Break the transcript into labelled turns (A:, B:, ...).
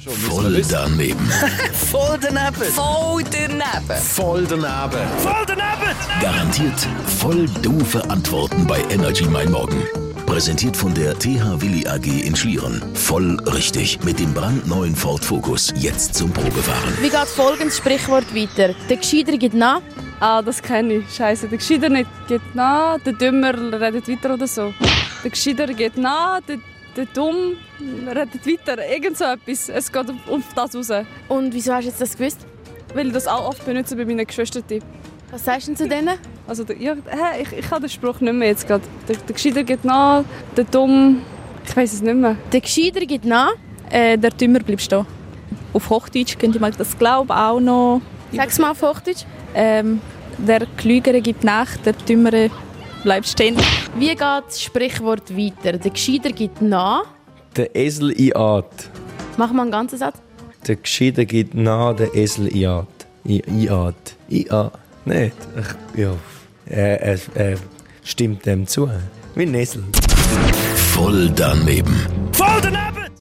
A: schon, Voll daneben.
B: Voll daneben.
C: Voll daneben.
A: Voll daneben. Voll daneben. Garantiert voll doofe Antworten bei Energy Mein Morgen. Präsentiert von der TH Willi AG in Schlieren. Voll richtig. Mit dem brandneuen Ford Focus. Jetzt zum Probefahren.
D: Wie geht folgendes Sprichwort weiter? Der Gescheiter gibt nach.
E: Ah, das kenne ich. Scheiße, der Gescheiter nicht geht nach, der Dümmer redet weiter oder so. Der Gescheiter geht nach, der, der Dumm redet weiter. Irgend so etwas. Es geht auf, auf das raus.
D: Und wieso hast du jetzt das gewusst?
E: Weil ich das auch oft benutze bei meinen Geschwistern.
D: Was sagst du denn zu denen?
E: Also, der, ja, hä, ich, ich habe den Spruch nicht mehr jetzt gerade. Der, der Gescheiter geht nach, der Dumm... Ich weiß es nicht mehr.
D: Der Gescheiter gibt nach.
F: Äh, der Dümmer bleibt stehen. Auf Hochdeutsch könnte man das glaube auch noch...
D: Sag's mal auf Hochdeutsch.
F: Ähm, der Klügere gibt nach, der Dümmere bleibt stehen.
D: Wie geht das Sprichwort weiter? Der Gescheiter gibt nach.
G: Der Esel iat.
D: Mach mal einen ganzen Satz.
G: Der Gescheiter gibt nach, der Esel iat. Iat. Iat. Nicht? Ach, ja. Äh, äh, äh, stimmt dem zu. Wie ein Esel.
A: Voll daneben.
B: Voll daneben.